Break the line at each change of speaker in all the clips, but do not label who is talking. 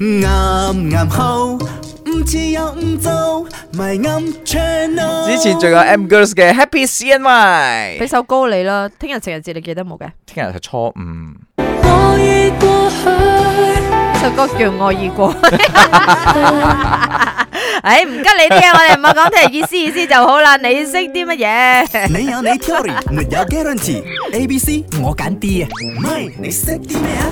嗯啱啱好，唔似又唔做，咪啱 channel。
之前仲有 M Girls 嘅 Happy CNY，
俾首歌你啦，聽日情人節你記得冇嘅？
聽日係初五，
我已過去，
首歌叫《愛已過》。唉，唔吉你啲嘢，我哋唔好講，聽日意思意思就好啦。你識啲乜嘢？
你有你 theory，沒有 guarantee。A、B、C 我揀 D 啊，唔係你識啲咩啊？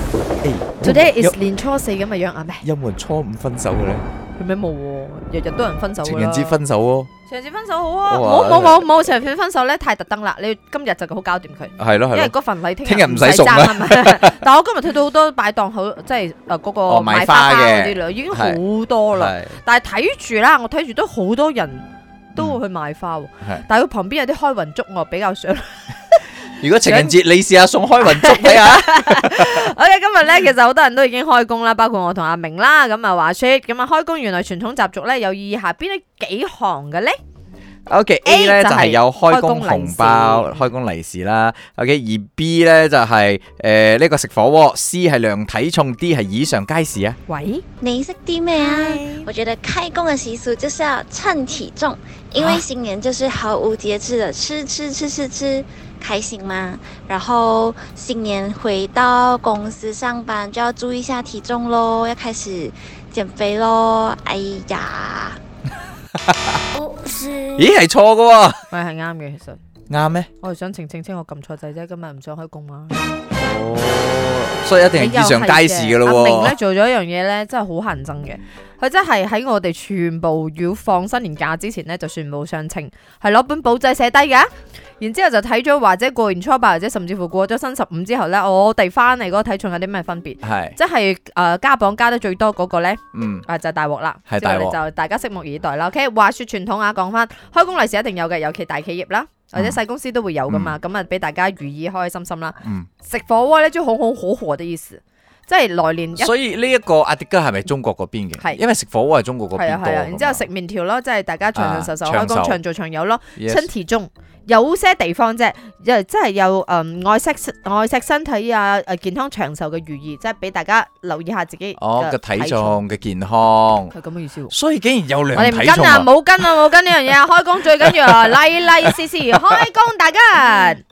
Today
有
is 年初四咁嘅樣啊咩？
有冇人初五分手嘅咧？
佢咩冇喎？日日都有人分手㗎啦
情人節，分手喎，
情人節分手好啊！
哇
冇冇冇冇，情人節分手咧太特登啦，你要今日就好搞掂佢。
係咯係
因為
咯，
嗰份禮聽
聽日唔使
爭
送啦
係咪？ 但我今日睇到好多擺檔好，即係誒嗰個
哦
賣
賣
花
花
嗰
嘅
啲啦，已經好多啦。
係
但係睇住啦，我睇住都好多人都會去買花喎。
係。
但係佢旁邊有啲開雲竹，我比較想。
如果情人節你試下送開雲竹俾下，
OK，今日咧其實好多人都已經開工啦，包括我同阿明啦。咁啊話 s h 咁啊開工原來傳統習俗咧有以下邊幾行嘅咧？
OK
A
A 咧
就
就
係
係有開工
開工利是
紅包、開工利是啦。OK 而 B 咧就係誒呢個食火鍋，C 係量體重，D 係以上皆是啊。
喂，
你识啲咩啊
嗨？
我觉得开工的习俗就是要称体重，因为新年就是毫无节制的吃吃吃吃吃，开心嘛。然后新年回到公司上班就要注意一下体重喽，要开始减肥喽。哎呀！
咦係錯嘅喎，
喂係啱嘅，其實
啱咩？
我係想澄清清，我撳錯掣啫，今日唔想開工嘛。
哦，所以一定係以上皆是嘅咯
阿明咧
喎。嗯
做咗一樣嘢咧，真係好恨憎嘅。佢真係喺我哋全部要放新年假之前咧，就全部上稱，係攞本簿仔寫低㗎。然之後就睇咗，或者過完初八，或者甚至乎過咗新十五之後咧，我哋翻嚟嗰個體重有啲咩分別？
係，
即係誒、呃加磅加得最多嗰個咧，
嗯，
啊就係大鑊啦。
係
之後
大鑊
你就大家拭目以待啦。OK，話説傳統啊，講翻開工利是一定有嘅，尤其大企業啦，
嗯
或者細公司都會有噶嘛。咁啊，俾大家寓意開開心心啦。
嗯
食火鍋咧，就好好可和的意思，即係來年一。
所以呢一個阿迪哥係咪中國嗰邊
係
嘅？因為食火鍋係中國嗰
係
邊
啊
多
係
㗎
啊，
嘛。
然之後食麵條咯，即係大家長長壽壽，
啊
開工
長壽
長做長有咯。
Yes
身體中有些地方啫，因為真係有誒愛惜愛惜身體啊，誒健康長壽嘅寓意，即係俾大家留意下自己
哦
嘅
個體。重嘅健康，
係咁嘅意思喎。
所以竟然有
我
量
哋唔
體
跟
重
啊，
啊！
冇跟啊，冇跟呢樣嘢啊！開工最緊要啊，利利是是開工，大吉！